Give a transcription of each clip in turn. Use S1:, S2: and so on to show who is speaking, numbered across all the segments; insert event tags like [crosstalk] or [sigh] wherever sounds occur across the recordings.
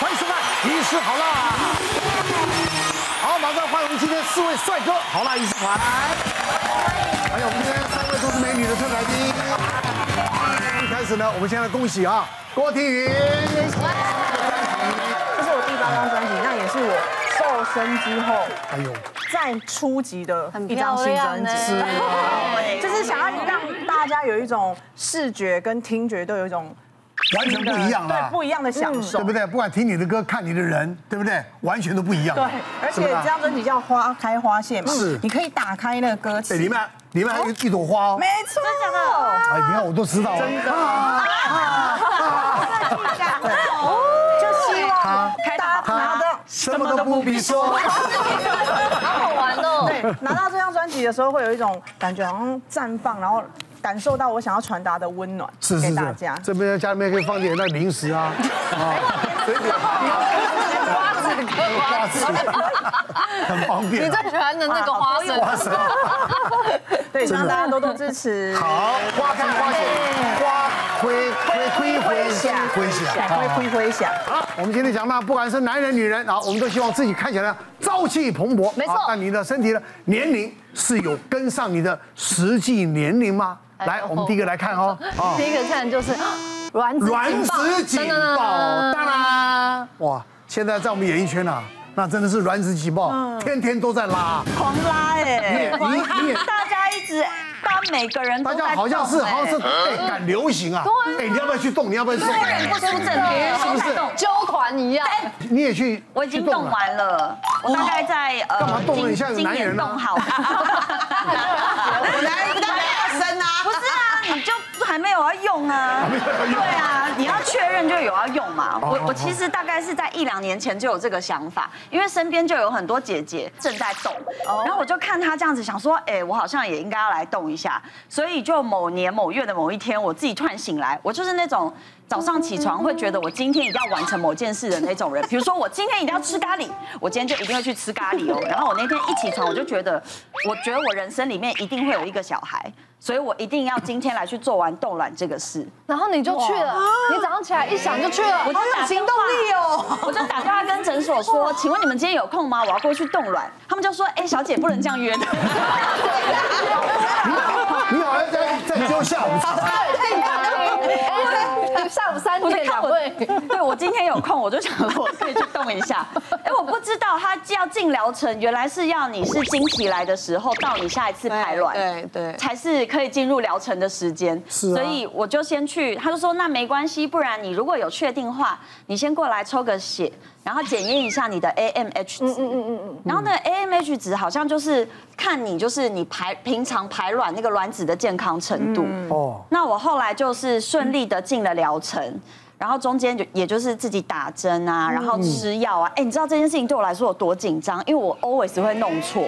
S1: 欢迎收看《医师好辣》。好，马上欢迎我们今天四位帅哥好辣医师团，还有我们今天三位都是美女的特来宾。一开始呢，我们先来恭喜啊，郭婷云。
S2: 这是我第八张专辑，那也是我瘦身之后
S1: 哎呦，
S2: 再初级的一张新专辑，
S3: 很漂亮
S2: 对就是想要让大家有一种视觉跟听觉都有一种
S1: 完全不一样啊嗯
S2: 对
S1: 啦，
S2: 不一样的享受
S1: 对不。对？不管听你的歌、看你的人，对不对？完全都不一样。
S2: 对，而
S1: 是
S2: 且
S1: 不是
S2: 这
S1: 啊
S2: 张专辑叫《花开花谢》嘛，
S1: 是
S2: 你可以打开那个歌
S1: 哎
S2: 词，
S1: 里面里面还有一朵花哦
S2: 没。错，真的，
S1: 哎，你看我都知道啊了。真
S2: [laughs] 就希望大家拿到
S1: 什么都不必说。
S3: 好玩哦！
S2: 对，拿到这张专辑的时候，会有一种感觉，好像绽放，然后感受到我想要传达的温暖，
S1: 是是
S2: 给
S1: 是
S2: 大家，。
S1: 这边家里面可以放点那零食啊，啊，随便。瓜子，很方便
S3: 你
S1: 啊。
S3: 最喜欢的那个花生，
S1: 瓜子，
S2: 对，希望大家多多支持。
S1: 好，花开花谢，花挥挥挥挥霞，挥霞。
S2: 挥挥挥想，
S1: 好，我们今天讲到，不管是男人、女人啊，我们都希望自己看起来朝气蓬勃。
S3: 没错
S1: 啊但你的身体的年龄是有跟上你的实际年龄吗？
S3: 哎
S1: 来，
S3: 呦
S1: 我们第一个来看哦。啊，
S3: 第一个看就是卵子
S1: 卵子警报当
S3: 然，
S1: 哇，现在在我们演艺圈啊，那真的是卵子挤爆，天天都在拉。
S2: 狂拉
S1: 你也
S2: 哎！
S1: 你也你也，
S4: 欸大家一直，大家每个人都
S1: 大
S4: 在
S1: 家好像是
S4: 动欸
S1: 好像是哎赶流行啊。哎，你要不要去动？你要不要去动？
S4: 哎忍不住正题，
S1: 是不是？
S3: 纠团一样，
S1: 你也去？
S4: 我已经
S1: 去啊
S4: 动。完了，我大概在
S1: 干嘛
S4: 呃
S1: 动了你
S4: 今
S1: 现在有
S4: 今
S1: 男人啊
S4: 年
S1: 了
S4: 动
S1: [laughs]
S4: 好 [laughs] 了。
S2: 我来，不代表生啊！
S4: 不是啊，你就还没有要用啊？对啊，你要确认就有要用嘛。我我其实大概是在一两年前就有这个想法，因为身边就有很多姐姐正在动，然后我就看她这样子，想说，哎，我好像也应该要来动一下。所以就某年某月的某一天，我自己突然醒来，我就是那种。早上起床会觉得我今天一定要完成某件事的那种人，比如说我今天一定要吃咖喱，我今天就一定会去吃咖喱哦。然后我那天一起床，我就觉得，我觉得我人生里面一定会有一个小孩，所以我一定要今天来去做完冻卵这个事。
S3: 然后你就去了，你早上起来一想就去了，
S4: 我就打行动力哦，我就打电话跟诊所说，请哦问你们今天有空吗？我要过去冻卵。他们就说，哎，小姐不能这样约 [laughs] 的。
S1: [laughs] 你好像在在揪下午
S3: 哦
S1: 茶。
S3: 哎下午三
S4: 我
S3: 点
S4: 就
S3: 两
S4: 看我
S3: 位，，
S4: [laughs] 对我今天有空，我就想说我可以去动一 [laughs] 下。哎，我不知道他要进疗程，原来是要你是经期来的时候到你下一次排卵，
S5: 对对
S4: 才是可以进入疗程的时间。
S1: 是啊
S4: 所以我就先去，他就说那没关系，不然你如果有确定话，你先过来抽个血，然后检验一下你的 AMH 值。嗯嗯嗯嗯。然后呢，AMH 值好像就是看你就是你排平常排卵那个卵子的健康程度。
S1: 哦，
S4: 那我后来就是顺利的进了疗程，然后中间就也就是自己打针啊，然后吃药啊。哎，你知道这件事情对我来说有多紧张？因为我 always 会弄错，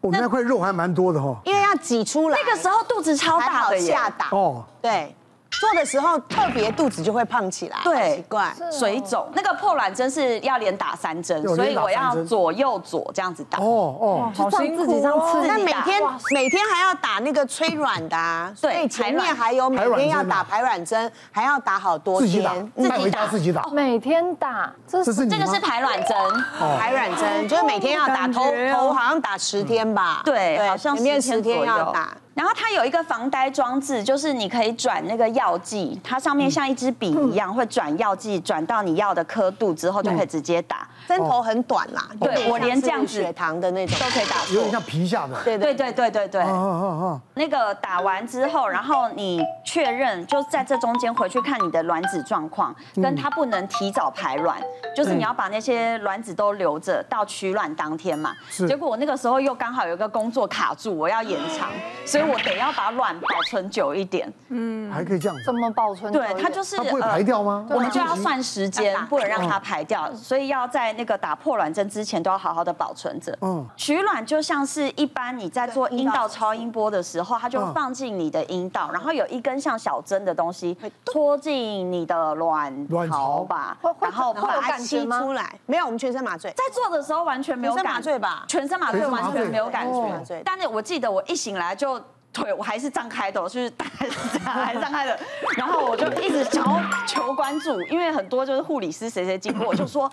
S1: 我们那块肉还蛮多的哦哈。
S5: 因为要挤出来，
S4: 那个时候肚子超
S5: 才
S4: 大
S5: 好
S4: 的耶。
S5: 下打。
S1: 哦，
S5: 对，做的时候特别肚子就会胖起来，
S4: 对
S5: 好奇怪。
S4: 水肿，那个破卵针是要连打三针，
S1: 有
S4: 所
S1: 连
S4: 以
S1: 打
S4: 我
S1: 三
S4: 要
S1: 针
S4: 左右左这样子打。
S1: 哦哦，
S2: 好辛苦哦
S3: 自己这样吃
S5: 那每
S4: 打
S5: 天每天还要打那个催卵的啊，
S4: 对
S5: 所以前面还
S4: 排
S5: 有每
S1: 排卵
S5: 天
S1: 针啊
S5: 要打排卵针，还要打好多
S1: 自己
S5: 天
S1: 打，带回家自己打。
S3: 每天打，这
S1: 这
S3: 是
S1: 是你
S4: 这
S1: 吗
S4: 个是排卵针，
S5: 排卵
S4: 哦
S5: 针，就是每天要打
S2: 感觉哦
S5: 头头好像打十天吧，
S4: 嗯对，好像
S5: 前面
S4: 10
S5: 十
S4: 天
S5: 天
S4: 左
S5: 要
S4: 右
S5: 打。。
S4: 然后它有一个防呆装置，就是你可以转那个药剂，它上
S1: 嗯
S4: 面像一支笔一样，会转药剂转到你要的刻度之后，就
S1: 嗯
S4: 可以直接打。
S5: 针
S1: 哦
S5: 头很短啦，
S4: 对
S5: 有点像
S4: 我连这样子
S5: 是血糖的那种
S4: 都可以打
S1: 有点像皮下的。
S5: 对
S4: 对
S5: 对
S4: 对对对对，
S1: 啊啊啊！
S4: 那个打完之后，
S1: 嗯
S4: 然后你确认，就在这中间回去看你的卵子状况，
S1: 嗯
S4: 跟它不能提早排卵，就是你要把那些卵子都留着到取卵当天嘛
S1: 是。
S4: 结果我那个时候又刚好有一个工作卡住，我要延长，所以我得要把卵保存久一点。
S1: 嗯还可以这样子，
S3: 怎么保存？
S4: 对，它就是
S1: 它不会
S4: 呃
S1: 排掉嗯吗？
S4: 我们就要算时间，不能让它排掉，所以要在那个打破卵针之前都要好好的保存着。
S1: 嗯
S4: 嗯，取卵就像是一般你在做
S5: 对
S4: 阴
S5: 阴道
S4: 道超音波的时候，它就
S1: 嗯
S4: 放进你的阴道，然后有一根像小针的东西
S5: 会
S4: 戳进你的卵
S1: 卵
S4: 巢
S1: 巢
S4: 吧
S3: 会，会
S4: 然后
S3: 会有
S4: 把它
S3: 感觉
S4: 吸
S5: 吸
S3: 吗
S5: 出来没有，我们全身麻醉。
S4: 在做的时候完全没有
S5: 全身麻
S4: 感
S5: 醉吧哦
S4: 全身麻醉
S1: 全身麻
S4: 完全
S1: 醉
S4: 没有感
S5: 全身麻
S4: 觉
S5: 醉。
S4: 但是我记得我一醒来就腿我还是张开的哦，就是大概是这样，还是张开的。
S5: [laughs]
S4: 然后我就一直想要求关注，因为很多就是护理师谁谁经过，我就说。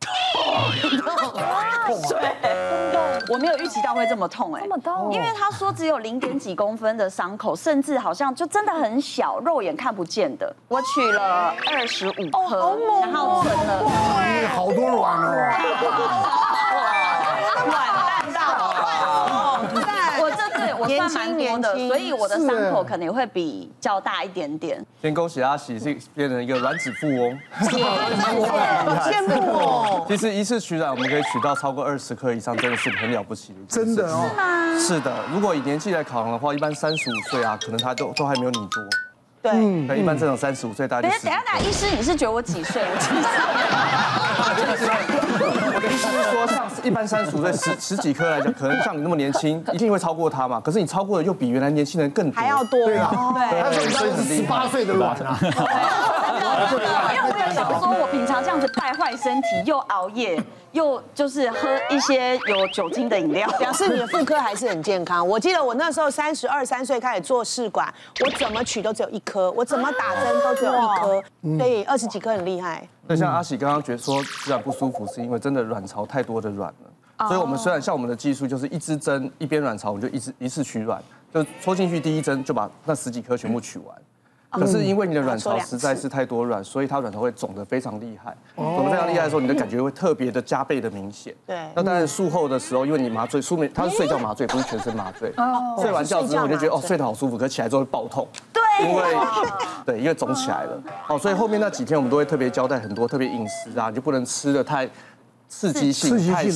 S4: 痛，对，我没有预期到会这么痛哎，
S3: 这么哦痛
S4: 因为他说只有零点几公分的伤口，甚至好像就真的很小，肉眼看不见的。我取了二十五
S5: 哦
S4: 颗，然后存了
S1: 你好多卵哦，
S4: 卵蛋到。
S5: 哦
S4: [laughs] 我这次我算蛮多的，所以我的伤口可能会比较大一点点。
S6: 先恭喜阿喜是变成一个卵子富翁。
S5: 羡慕哦。
S6: 其实一次取卵，我们可以取到超过二十颗以上，真的是很了不起的一件事
S1: 真的哦。
S6: 是的，如果以年纪来考量的话，一般三十五岁啊，可能他都都还没有你多。
S4: 对，嗯
S6: 那一般这种三十五岁大概
S4: 等
S6: 就
S4: 一下等一
S6: 是
S4: 下，等一下医师，你是觉得我几岁？我几 [laughs] 岁？
S6: 我的意思是说，像一般三十五岁十十几颗来讲，可能像你那么年轻，一定会超过他嘛。可是你超过的又比原来年轻人更多，
S5: 还要多，
S1: 对啊，他手上是十八岁的卵啊，
S4: 真的，因为我有想说，我平常这样子败坏身体，又熬夜，又就是喝一些有酒精的饮料，
S5: 表示你的妇科还是很健康。我记得我那时候三十二三岁开始做试管，我怎么取都只有一颗，我怎么打针都只有一颗，所以二十几颗很厉害。
S6: 那像阿喜刚刚觉得说，自然不舒服，是因为真的卵巢太多的卵了。所以我们虽然像我们的技术，就是一支针一边卵巢，我们就一支一次取卵，就戳进去第一针就把那十几颗全部取完。可是因为你的卵巢实在是太多卵，所以它卵巢会肿得非常厉害。肿得非常厉害的时候，你的感觉会特别的加倍的明显。
S5: 对
S6: 那当然术后的时候，因为你麻醉，术面它是睡觉麻醉，不是全身麻醉。睡完觉之后，我就觉得哦，睡得好舒服，可起来之后会爆痛。因为对，因为肿起来了。哦，所以后面那几天我们都会特别交代很多特别饮食啊，你就不能吃的太刺激
S1: 刺
S6: 性
S1: 激、性的
S6: 太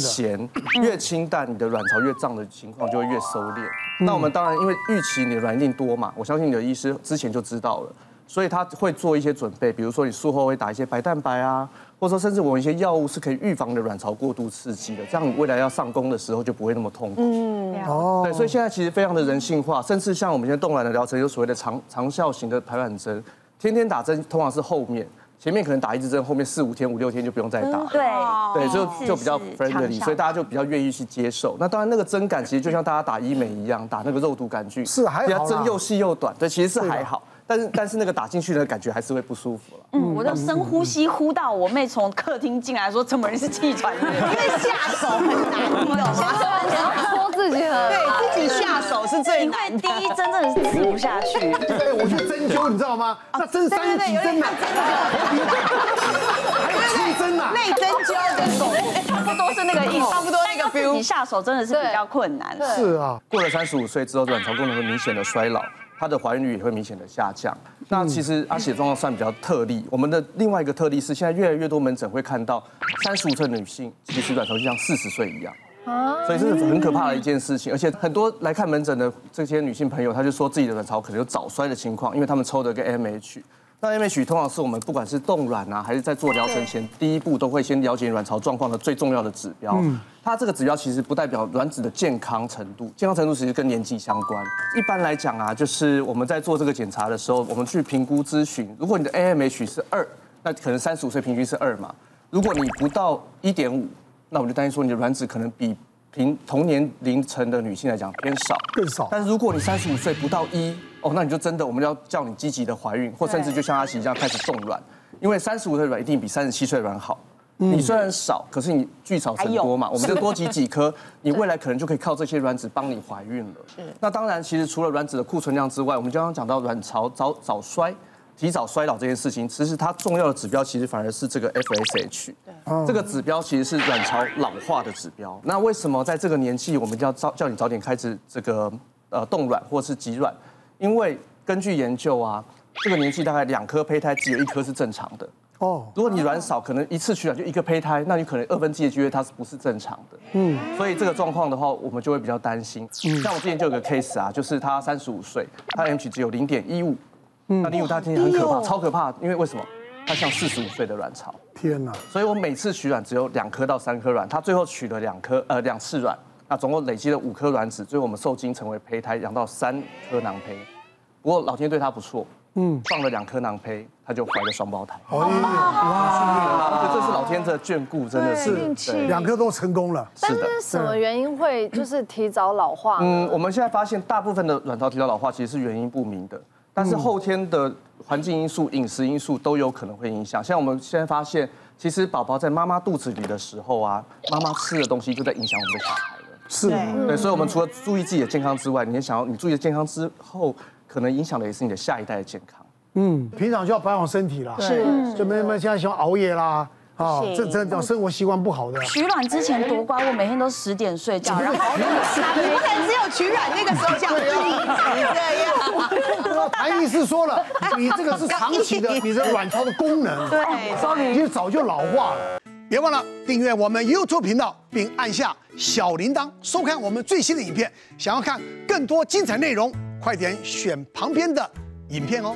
S6: 咸，越清淡你的卵巢越胀的情况就会越收敛。
S1: 嗯
S6: 那我们当然因为预期你的卵一定多嘛，我相信你的医师之前就知道了。所以他会做一些准备，比如说你术后会打一些白蛋白啊，或者说甚至我们一些药物是可以预防你的卵巢过度刺激的，这样你未来要上工的时候就不会那么痛苦。
S1: 哦
S6: 对，所以现在其实非常的人性化，甚至像我们现在冻卵的疗程，有所谓的长长效型的排卵针，天天打针通常是后面，前面可能打一支针，后面四五天、五六天就不用再打。
S4: 对
S6: 对，就是就比较
S4: 是长
S6: friendly，
S4: 效
S6: 所以大家就比较愿意去接受。那当然，那个针感其实就像大家打医美一样，打那个肉毒杆菌，
S1: 是还好啦
S6: 人家针又细又短，对，其实是还好。但是但是那个打进去的感觉还是会不舒服了。
S4: 嗯，我就深呼吸，呼到我妹从客厅进来，说怎么人是气喘， [laughs] 因为下手很难，你懂吗？
S3: 你要说自己很
S5: 对自己下手是最
S4: 因为第一针真的是吃不下去，
S1: 对，我去针灸，你知道吗？那针三十几针呢，还有七针啊呢，
S5: 内针灸 [laughs] 跟手
S4: 差不多是那个意思，差不多那个 feel。自己下手真的是比较困难，
S1: 是啊，
S6: 过了三十五岁之后，卵巢功能会明显的衰老，她的怀孕率也会明显的下降。那其实阿喜的状况算比较特例，我们的另外一个特例是，现在越来越多门诊会看到三十五岁的女性，其实卵巢就像四十岁一样。所以这是很可怕的一件事情，而且很多来看门诊的这些女性朋友，她就说自己的卵巢可能有早衰的情况，因为她们抽的个 M H。那 M H 通常是我们不管是冻卵啊，还是在做疗程前，第一步都会先了解卵巢状况的最重要的指标。它这个指标其实不代表卵子的健康程度，健康程度其实跟年纪相关。一般来讲啊，就是我们在做这个检查的时候，我们去评估咨询，如果你的 A M H 是二，那可能三十五岁平均是二嘛。如果你不到一点五，那我们就担心说你的卵子可能比平同年龄层的女性来讲偏少，
S1: 更少
S6: 但是如果你三十五岁不到一，哦，那你就真的我们要叫你积极的怀孕，或甚至就像阿喜这样开始冻卵，因为三十五岁的卵一定比三十七岁的卵好。你虽然少，可是你聚少成多嘛，我们就多挤几颗，你未来可能就可以靠这些卵子帮你怀孕了。那当然，其实除了卵子的库存量之外，我们刚刚讲到卵巢早早衰。提早衰老这件事情，其实它重要的指标其实反而是这个 FSH，这个指标其实是卵巢老化的指标。那为什么在这个年纪我们就要早叫你早点开始这个呃冻卵或是挤卵？因为根据研究啊，这个年纪大概两颗胚胎只有一颗是正常的。
S1: 哦，
S6: 如果你卵少，可能一次取卵就一个胚胎，那你可能二分之一的机会它是不是正常的？嗯，所以这个状况的话，我们就会比较担心。
S1: 嗯
S6: 像我之前就有个 case 啊，就是她三十五岁，她 M 值只有零点一五，
S1: 嗯
S6: 那零五她听起来很可怕，超可怕，因为为什么？她像四十五岁的卵巢，
S1: 天哪，
S6: 所以我每次取卵只有两颗到三颗卵，她最后取了两颗呃两次卵，那总共累积了五颗卵子，最后我们受精成为胚胎，养到三颗囊胚。不过老天对她不错，嗯，放了两颗囊胚，她就怀了双胞胎。
S1: 哎呀，
S6: 这是老天间的眷顾真的是
S3: 哦对运气
S6: 对
S1: 两个都成功了。
S3: 但
S6: 是的
S3: 是什么原因会就是提早老化？
S6: 嗯，我们现在发现大部分的卵巢提早老化其实是原因不明的，但是后天的环境因素、饮食因素都有可能会影响。像我们现在发现，其实宝宝在妈妈肚子里的时候啊，妈妈吃的东西就在影响我们的小孩了。
S1: 是，
S3: 嗯
S6: 对，所以我们除了注意自己的健康之外，你也想要你注意健康之后，可能影响的也是你的下一代的健康。
S1: 平常就要保养身体啦，是，就没没现在喜欢熬夜啦，啊，这这种生活习惯不好的。
S4: 取卵之前多乖，我每天都十点睡觉，然后
S5: 你不能只有取卵那个时候讲自己这样。
S7: [laughs]
S1: 谭医师说了，你这个是长期的，你的卵巢的功能，
S4: 对，终于
S1: 已经早就老化了。
S7: 别忘了订阅我们 YouTube 频道，并按下小铃铛，收看我们最新的影片。想要看更多精彩内容，快点选旁边的影片哦。